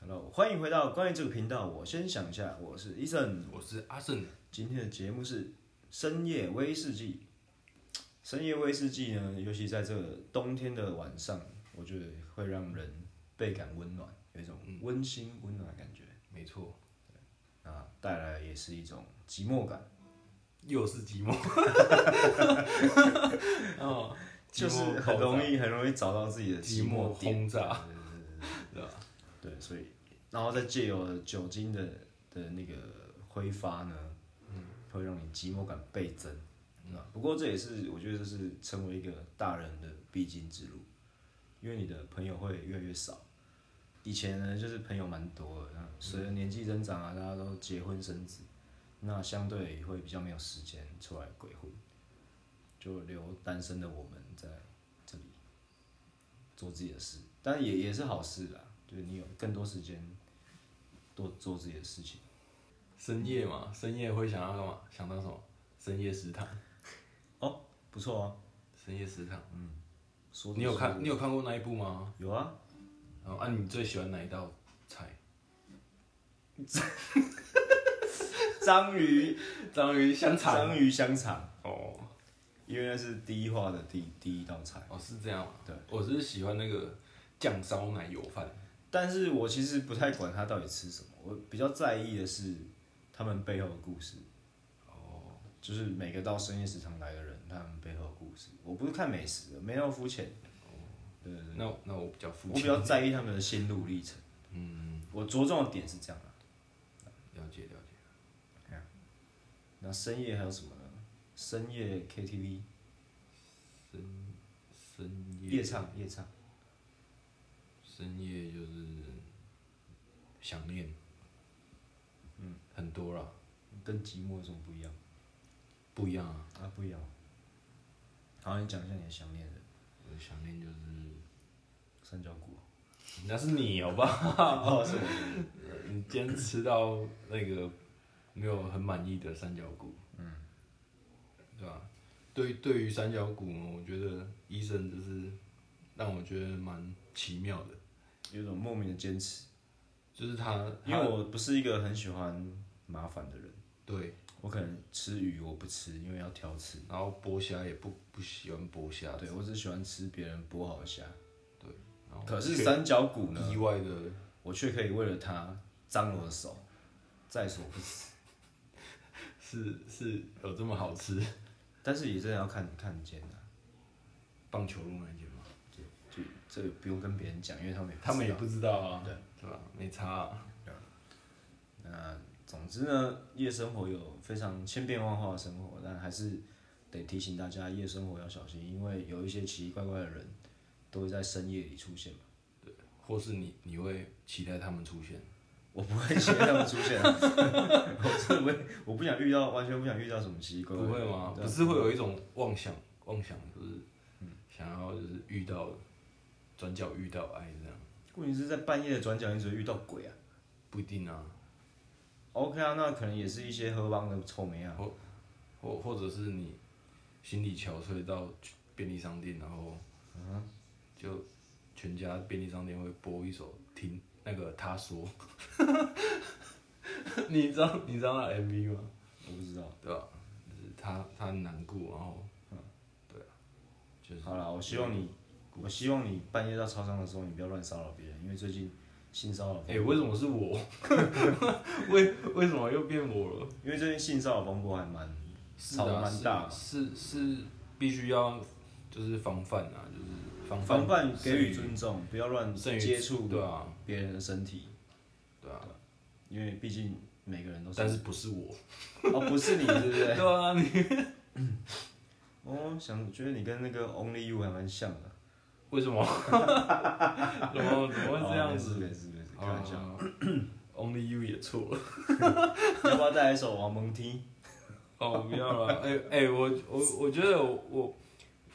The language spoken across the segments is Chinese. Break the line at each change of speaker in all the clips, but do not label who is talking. Hello，欢迎回到关于这个频道。我先想一下，我是 Eason。
嗯我是阿胜，
今天的节目是深夜威士忌。深夜威士忌呢，尤其在这个冬天的晚上，我觉得会让人倍感温暖，有一种
嗯
温馨温暖的感觉。
没错，
啊，带来也是一种寂寞感，
又是 寂寞。哦，
就是
寂寞
很容
轰
易很容易找到自己的
炸寂寞
点。
轰炸，
对，所以然后再借由酒精的的那个挥发呢，会让你寂寞感倍增。啊，不过这也是我觉得这是成为一个大人的必经之路，因为你的朋友会越来越少。以前呢，就是朋友蛮多的，那随着年纪增长啊，大家都结婚生子，那相对也会比较没有时间出来鬼混，就留单身的我们在这里做自己的事，但也也是好事啦，就是你有更多时间多做自己的事情。
深夜嘛，深夜会想要干嘛？想当什么？深夜食堂，
哦，不错啊，
深夜食堂。
说着
你有
说
看你有看过那一部吗？
着有 啊？
然后啊，你最喜欢哪一道菜？
章 鱼
章鱼香肠。
章鱼香肠，
哦
因为那是第一话的第第一道菜。
哦，是这样吗？
对，
我是喜欢那个酱烧奶油饭。
但是我其实不太管他到底吃什么，我比较在意的是他们背后的故事。哦，就是每个到深夜食堂来的人，他们背后的故事。我不是看美食的，没那么肤浅。对对对，
那我那我比较肤
我比
浅。
较在意他们的心路历程。
嗯，
我着重的点是这样啊。
了解了解。
那深夜还有什么呢？深夜 KTV
深深夜
夜唱夜唱，
深夜就是想念，嗯，很多啦，
跟寂寞有什么不一样
不一样啊。
啊？不一样。好，你讲一下你的想念的
我的想念就是，
三角骨。
那是你好嗯吧？
哦，是我
你今天吃到那个没有很满意的三角骨，嗯，对吧？对，对于三角骨呢，我觉得医生就是让我觉得蛮奇妙的，
有种莫名的坚持，
就是他，
因为我不是一个很喜欢麻烦的人，
对，
我可能吃鱼我不吃，因为要挑吃。
然后剥虾也不不喜欢剥虾，
对，我只喜欢吃别人剥好的虾。
对，然后
可是三角骨呢，
意外的
我却可以为了它脏了我的手，在所不辞。
是是有这么好吃。
但是也真的要看看见啊，
棒球路那一间吗？
就这个不用跟别人讲，因为他们也不
他们
知
也
道
不知道啊，
对
对吧？没差、啊，
那总之呢，夜生活有非常千变万化的生活，但还是得提醒大家夜生活要小心，因为有一些奇奇怪怪的人都会在深夜里出现嘛。
或是你你会期待他们出现，
我不会期待他们出 现、啊，我是不会，我不想遇到，完全不想遇到什么奇奇怪
不
怪的
会
人。
吗？啊
对
不是会有一种妄想，妄想就是想要就是遇到转角遇到爱这样，
问题是在半夜的转角，你只会遇到鬼啊。
不一定啊，
OK 啊，那可能也是一些喝帮的臭美啊。
或或者是你心力憔悴到去便利商店，然后嗯就全家便利商店会播一首听那个他说， 你知道你知道那 MV 吗？
我不知道。
对吧？就是他他很难过，然后，对啊，就是
好啦，我希望你，我希望你半夜到操场的时候，你不要乱骚扰别人，因为最近性骚扰风
哎、为什么是我？ 为为什么又变我了？
因为最近性骚扰风波还蛮
是
吵得
啊
蛮大
是是是必须要就是防范啊，就是防
防范
胜
给予
于
尊重，不要乱
胜于
接触
对啊
别人的身体，
对啊，
因为毕竟每个人都是。
但是不是我？
哦，不是你，对不对？
啊，你
哦，想觉得你跟那个 Only You 还蛮像的。
为什么？ 怎么怎么会这样
哦
子？
没事没事没事，
好
开玩笑。
好好 Only you 也错了。
你要不要带来一首王蒙听？
哦，不要了。哎、哎、我我我觉得我我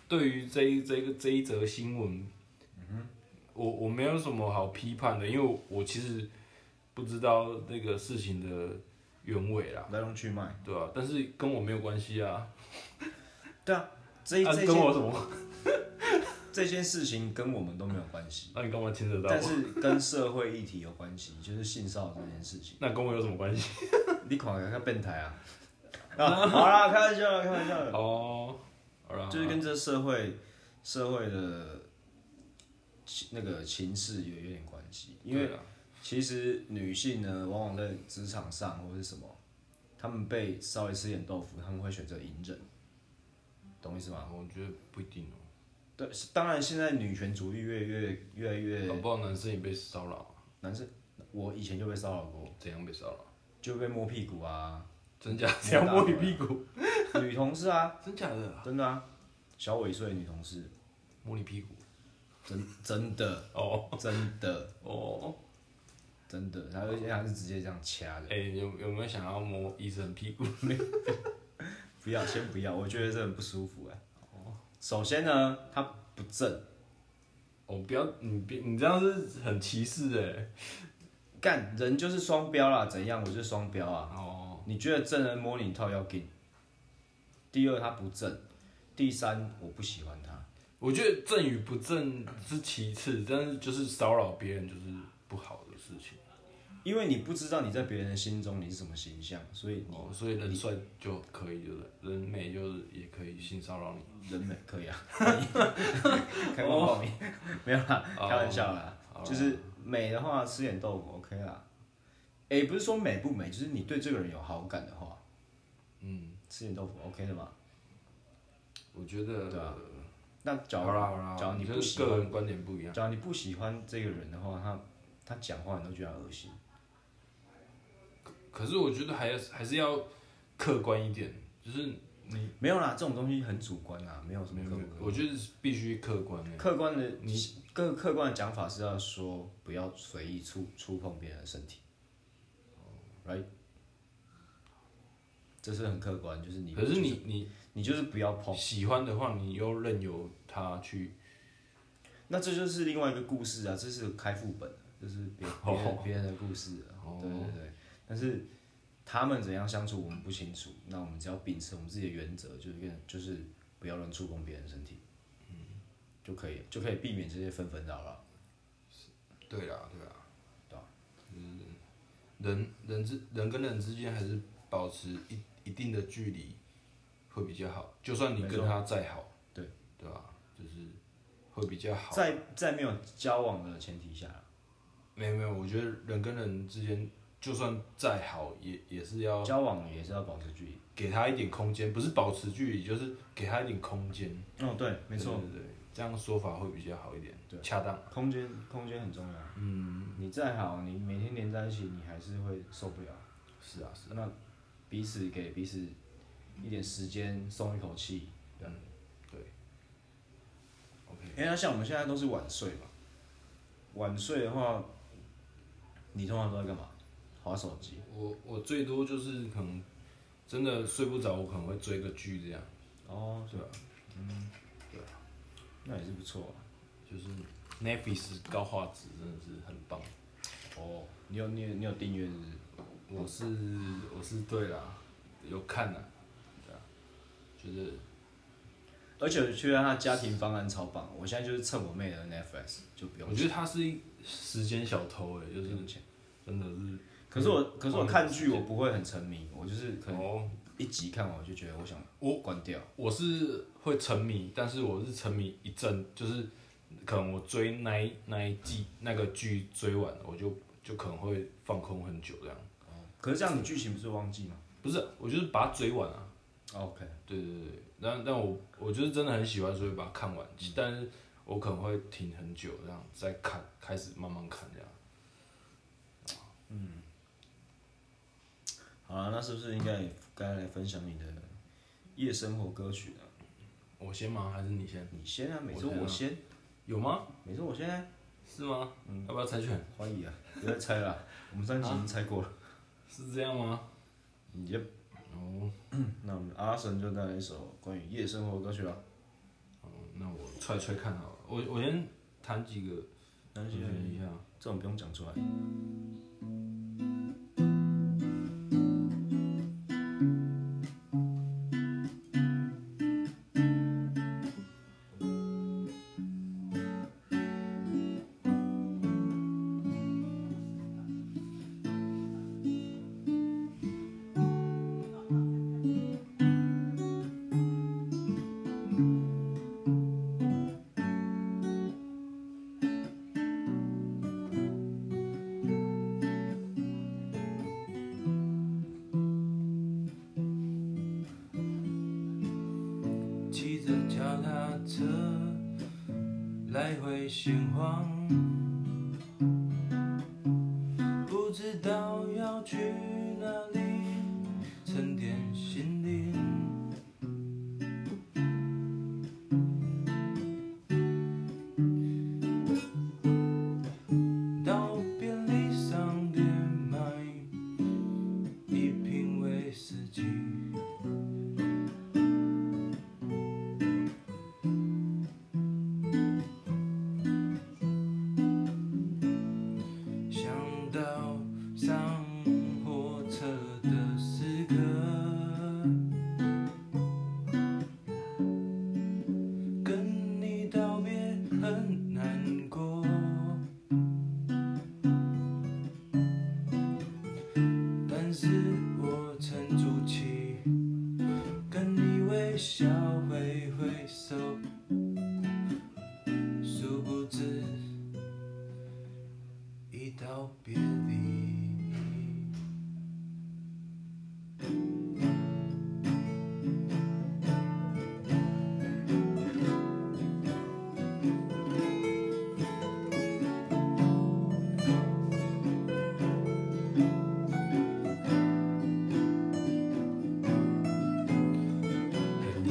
对于这一这个这一则新闻，嗯我我没有什么好批判的，因为我我其实不知道这个事情的原委啦，
来龙去脉。
对吧、但是跟我没有关系啊，
对啊，这一
啊
这一
跟
件
我什么？
这件事情跟我们都没有关系，
那你干嘛牵扯到
但
我？
是跟社会议题有关系，就是性骚扰这件 事情。
那跟我有什么关系？
你狂看变态 啊！啊，好啦，开玩笑啦，开玩笑啦，
哦，好啦，
就是跟这社会社会的情那个情势有有点关系，因为
对啦
其实女性呢，往往在职场上或是什么，她们被稍微吃点豆腐，她们会选择隐忍，懂我意思吗？
我觉得不一定哦、
对，是当然现在女权主义越越越来越
搞不好男生也被骚扰啊，
男生，我以前就被骚扰过，
怎样被骚扰？
就被摸屁股啊，
真假？
摸
怎样
大
摸
腿
你
啊
屁股？
女同事啊，
真假的？
真的啊，小我一岁的女同事，
摸你屁股？
真真的
哦
真的
哦，
真的，然后而且她是直接这样掐的，
哎、有有没有想要摸医生屁股？
不要先不要，我觉得这很不舒服哎、首先呢，她不正。
哦，不要，你别，你这样是很歧视哎、
干人就是双标啦，怎样？我就是双标啊！
哦，
你觉得正人摸你套要紧？第二，他不正；第三，我不喜欢他。
我觉得正与不正是其次，但是就是骚扰别人就是不好的事情。
因为你不知道你在别人的心中你是什么形象，所以
哦，所以人帅就可以，就是人美就是也可以性骚扰你。
人美可 以啊，开放报名没有啦，
哦
开玩笑啦。
好啦
就是美的话，吃点豆腐 OK 啦。哎、不是说美不美，就是你对这个人有好感的话，
嗯，
吃点豆腐 OK 的嘛。
我觉得
对啊那假
好
如
啦好啦，
假如你不
就是
喜欢
个人观点不一样。
假如你不喜欢这个人的话，他他讲话你都觉得他恶心。
可是我觉得还是还是要客观一点，就是你
没有啦，这种东西很主观啊，没有什么
没有
客
没
不
有，
客
我觉得是必须客观的、
观。客观的，你更客观的讲法是要说不要随意触触碰别人的身体，right？这是很客观，就是你，
可是你你
你就是不要碰。
喜欢的话，你又任由他去。
那这就是另外一个故事啊，这是开副本，就是 别别人别人的故事啊、
哦
对对对。但是他们怎样相处，我们不清楚。那我们只要秉持我们自己的原则，就是变就是不要乱触碰别人的身体，嗯，就可以就可以避免这些纷纷扰扰。
对啦，对啦，
对啊
嗯，人人之人跟人之间还是保持一一定的距离会比较好，就算你
没
跟他再好，
对
对吧？就是会比较好。
在在没有交往的前提下，
没有没有，我觉得人跟人之间就算再好，也也是要
交往也是要保持距离。
给他一点空间，不是保持距离，就是给他一点空间。
哦，对，
哎
没错，
对对对，这样说法会比较好一点，
对
恰当。
空间空间很重要。
嗯，
你再好，你每天黏在一起，你还是会受不了。
是啊，是啊，
那彼此给彼此一点时间，松一口气。
嗯，对。OK，
因为像我们现在都是晚睡嘛，晚睡的话，你通常都在干嘛？划手机。
我我最多就是可能真的睡不着，我可能会追个剧这样，
哦，
对吧？
嗯啊那也是不错啊。
就是 Netflix 高画质真的是很棒。
哦，你有你有你有订阅是不是？
我是我是对啦，有看啦，对啊，就是
而且我觉得他的家庭方案超棒，我现在就是蹭我妹的 Netflix 就不用
我觉得他是一时间小偷哎、
不
就是
用钱。
真的是
可是我可是我看剧我不会很沉迷，我就是可能
哦，
一集看完我就觉得我想
我
关掉。
我是会沉迷，但是我是沉迷一阵，就是可能我追那一那一季那个剧追完，我就就可能会放空很久这样。
哦可是这样你剧情不是忘记吗
不是，我就是把它追完啊。
？OK，
对对对，但但我我就是真的很喜欢，所以把它看完。但是我可能会停很久，这样再看，开始慢慢看这样。
好了，那是不是应该也该来分享你的夜生活歌曲了？
我先吗？还是你先？
你先啊，每次
我先啊
我先。
有吗？
没错，我啊现在
是吗？要不要猜拳？
怀疑啊，不要猜了，我们上集已经猜过了。
是这样吗？
你就
哦，
那我们阿神就带来一首关于夜生活歌曲了。
哦那我踹踹看好了。我我先弹几个，
那
选
些
一下。
这种不用讲出来。
着来回循环，不知道要去哪里沉淀心灵。到便利商店买一瓶威士忌。想到上火车的时刻，跟你道别很难过。但是我沉住气，跟你微笑挥挥手，殊不知已道别离。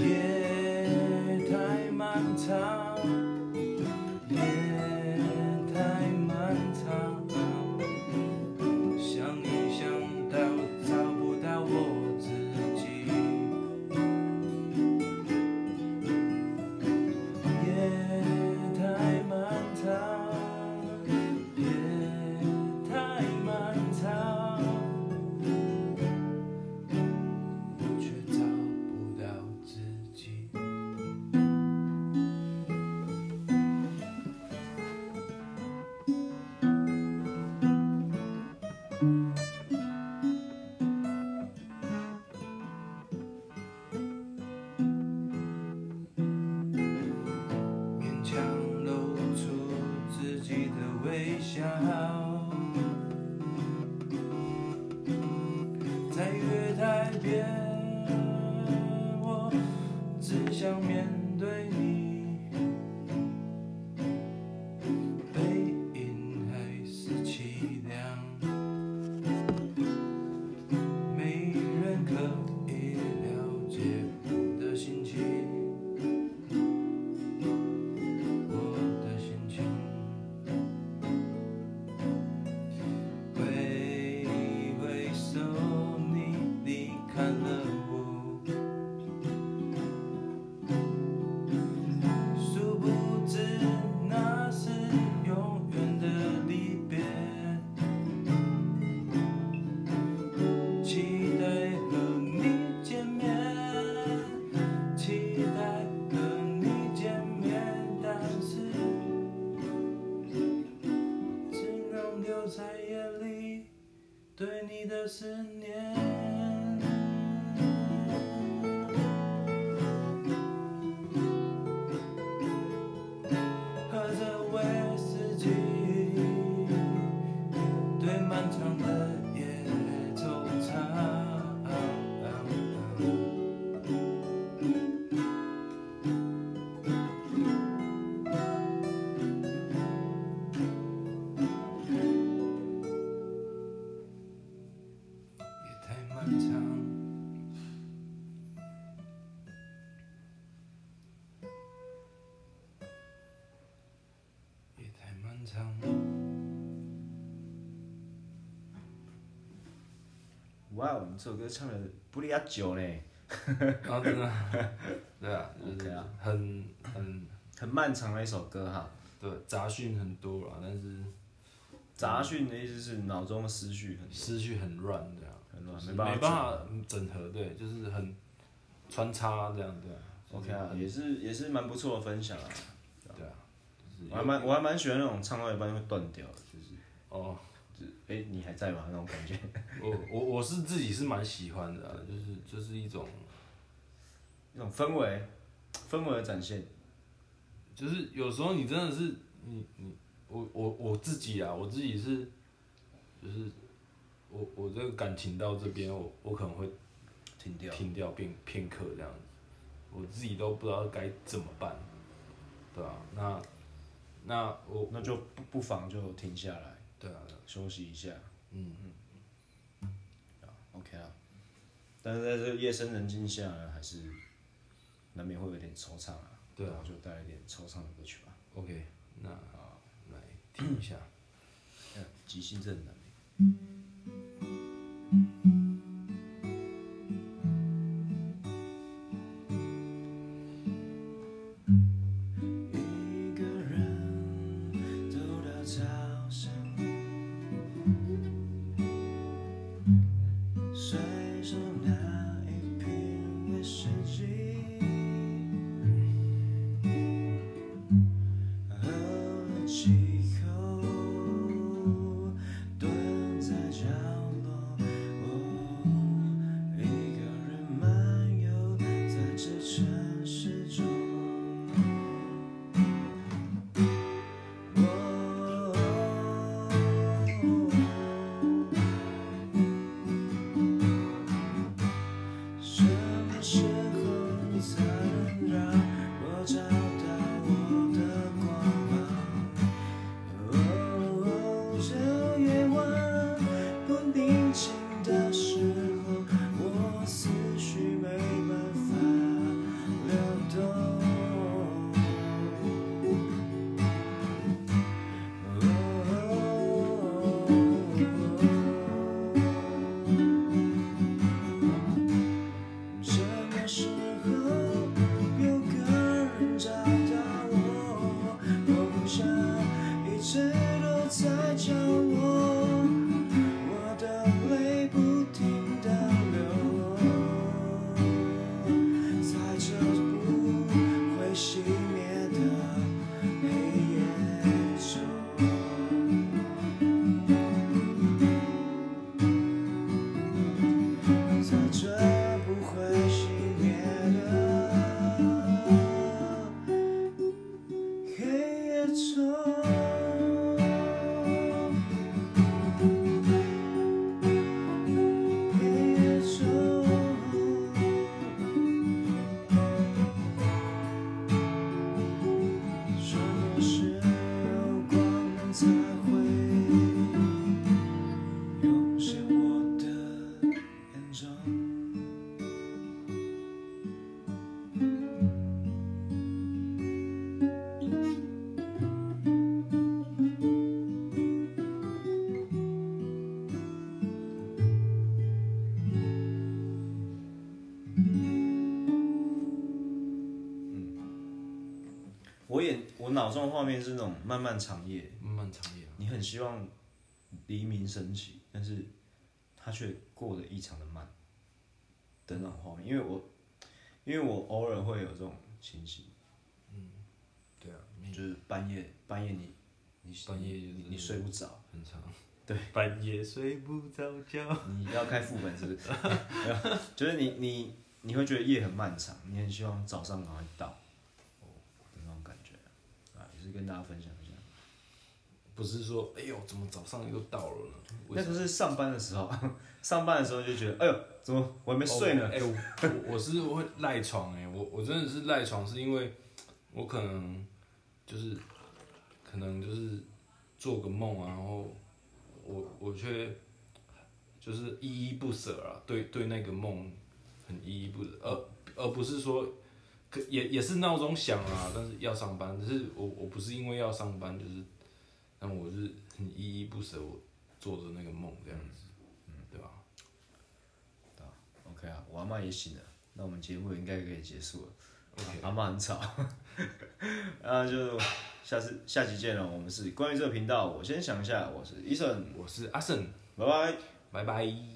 夜太漫长，夜太漫长，想你想到找不到我自己。夜太漫长，夜太漫长，我却找不到自己。勉强露出自己的微笑，在月台边，我只想面对你，背影还是凄凉，没人可以了解我的心情。我的心情，挥挥手，你离开了我，殊不知那是永远的离别，期待和你见面。期待和你见面，但是只能留在夜里对你的思念。喝着威士忌，对漫长的夜惆怅。也太漫长。也太漫长。
哇哦，你这首歌唱的不离啊久嘞，
然后真的， 对啊，就
OK
是
啊
很很
很漫长的一首歌哈。
对杂讯很多了，但是
杂讯的意思是脑中的思绪很
思绪很乱，对啊，
很
就
乱，
是
没
没
办法
办
整。
法整合，对，就是很穿插这样，对啊。
OK 啊，也是也是蛮不错的分享啊。
对啊，就是
我还蛮我还蛮喜欢那种唱到一半会断掉的，就是
哦，
就是哎、你还在吗那种感觉。
我我我是自己是蛮喜欢的啊、就是就是一种。
那种氛围，氛围的展现。
就是有时候你真的是你你我我我自己啊，我自己是，就是我我这个感情到这边，我我可能会
停掉
停掉片片刻这样子，我自己都不知道该怎么办，对啊，那那我
那就不不妨就停下来
哦对啊，
休息一下
嗯，
嗯
啊，OK 啊。但是在这夜深人静下呢，还是难免会有点惆怅啊。
对啊
那我就带来一点惆怅的歌曲吧。
，OK，那来听一下，
哎
嗯，即兴症
啊
难免。一个人走到早上，随手拿一瓶威士忌，喝了几口，蹲在角落，我一个人漫游在这城市中。我什么时候你才能让我找到我的光芒？哦，这夜晚不宁静的时候，我思绪没办法流动。什么时候有个人找到我？我不想一直都在角落，我的泪不停地流，在这不会熄灭的黑夜中。在这不会熄灭的黑夜中，黑夜中，什么时候光芒才会涌现我的眼中？我眼我脑中的画面是那种漫漫长夜，
漫长夜啊，
你很希望黎明升起，但是它却过得异常的慢的那种画面。因为我因为我偶尔会有这种情形，
对啊，
就是半夜半夜你你
半夜就是
你你睡不着，
很长，对，半夜睡不着觉，
你要开副本是不是？没有就是 你你你会觉得夜很漫长，你很希望早上赶快到，的那种感觉啊，也是跟大家分享一下。
不是说哎呦怎么早上又到了呢？为
那
什
不
么
是上班的时候， 上班的时候就觉得，哎呦，怎么我还没睡呢？
哦哎、我我我是会赖床哎、我我真的是赖床，是因为我可能就是可能就是做个梦啊，然后我我却就是依依不舍啊，对对那个梦很依依不舍，而而不是说可也也是闹钟响啊，但是要上班，只是我我不是因为要上班，就是但我是很依依不舍，我做的那个梦这样子，嗯对吧？
OK 啊，我阿妈也醒了，那我们节目应该可以结束了。
OK
阿妈很吵， 那就下次下期见了。我们是关于这个频道，我先想一下，我是 Eason，
我是阿胜。
拜拜。
拜拜。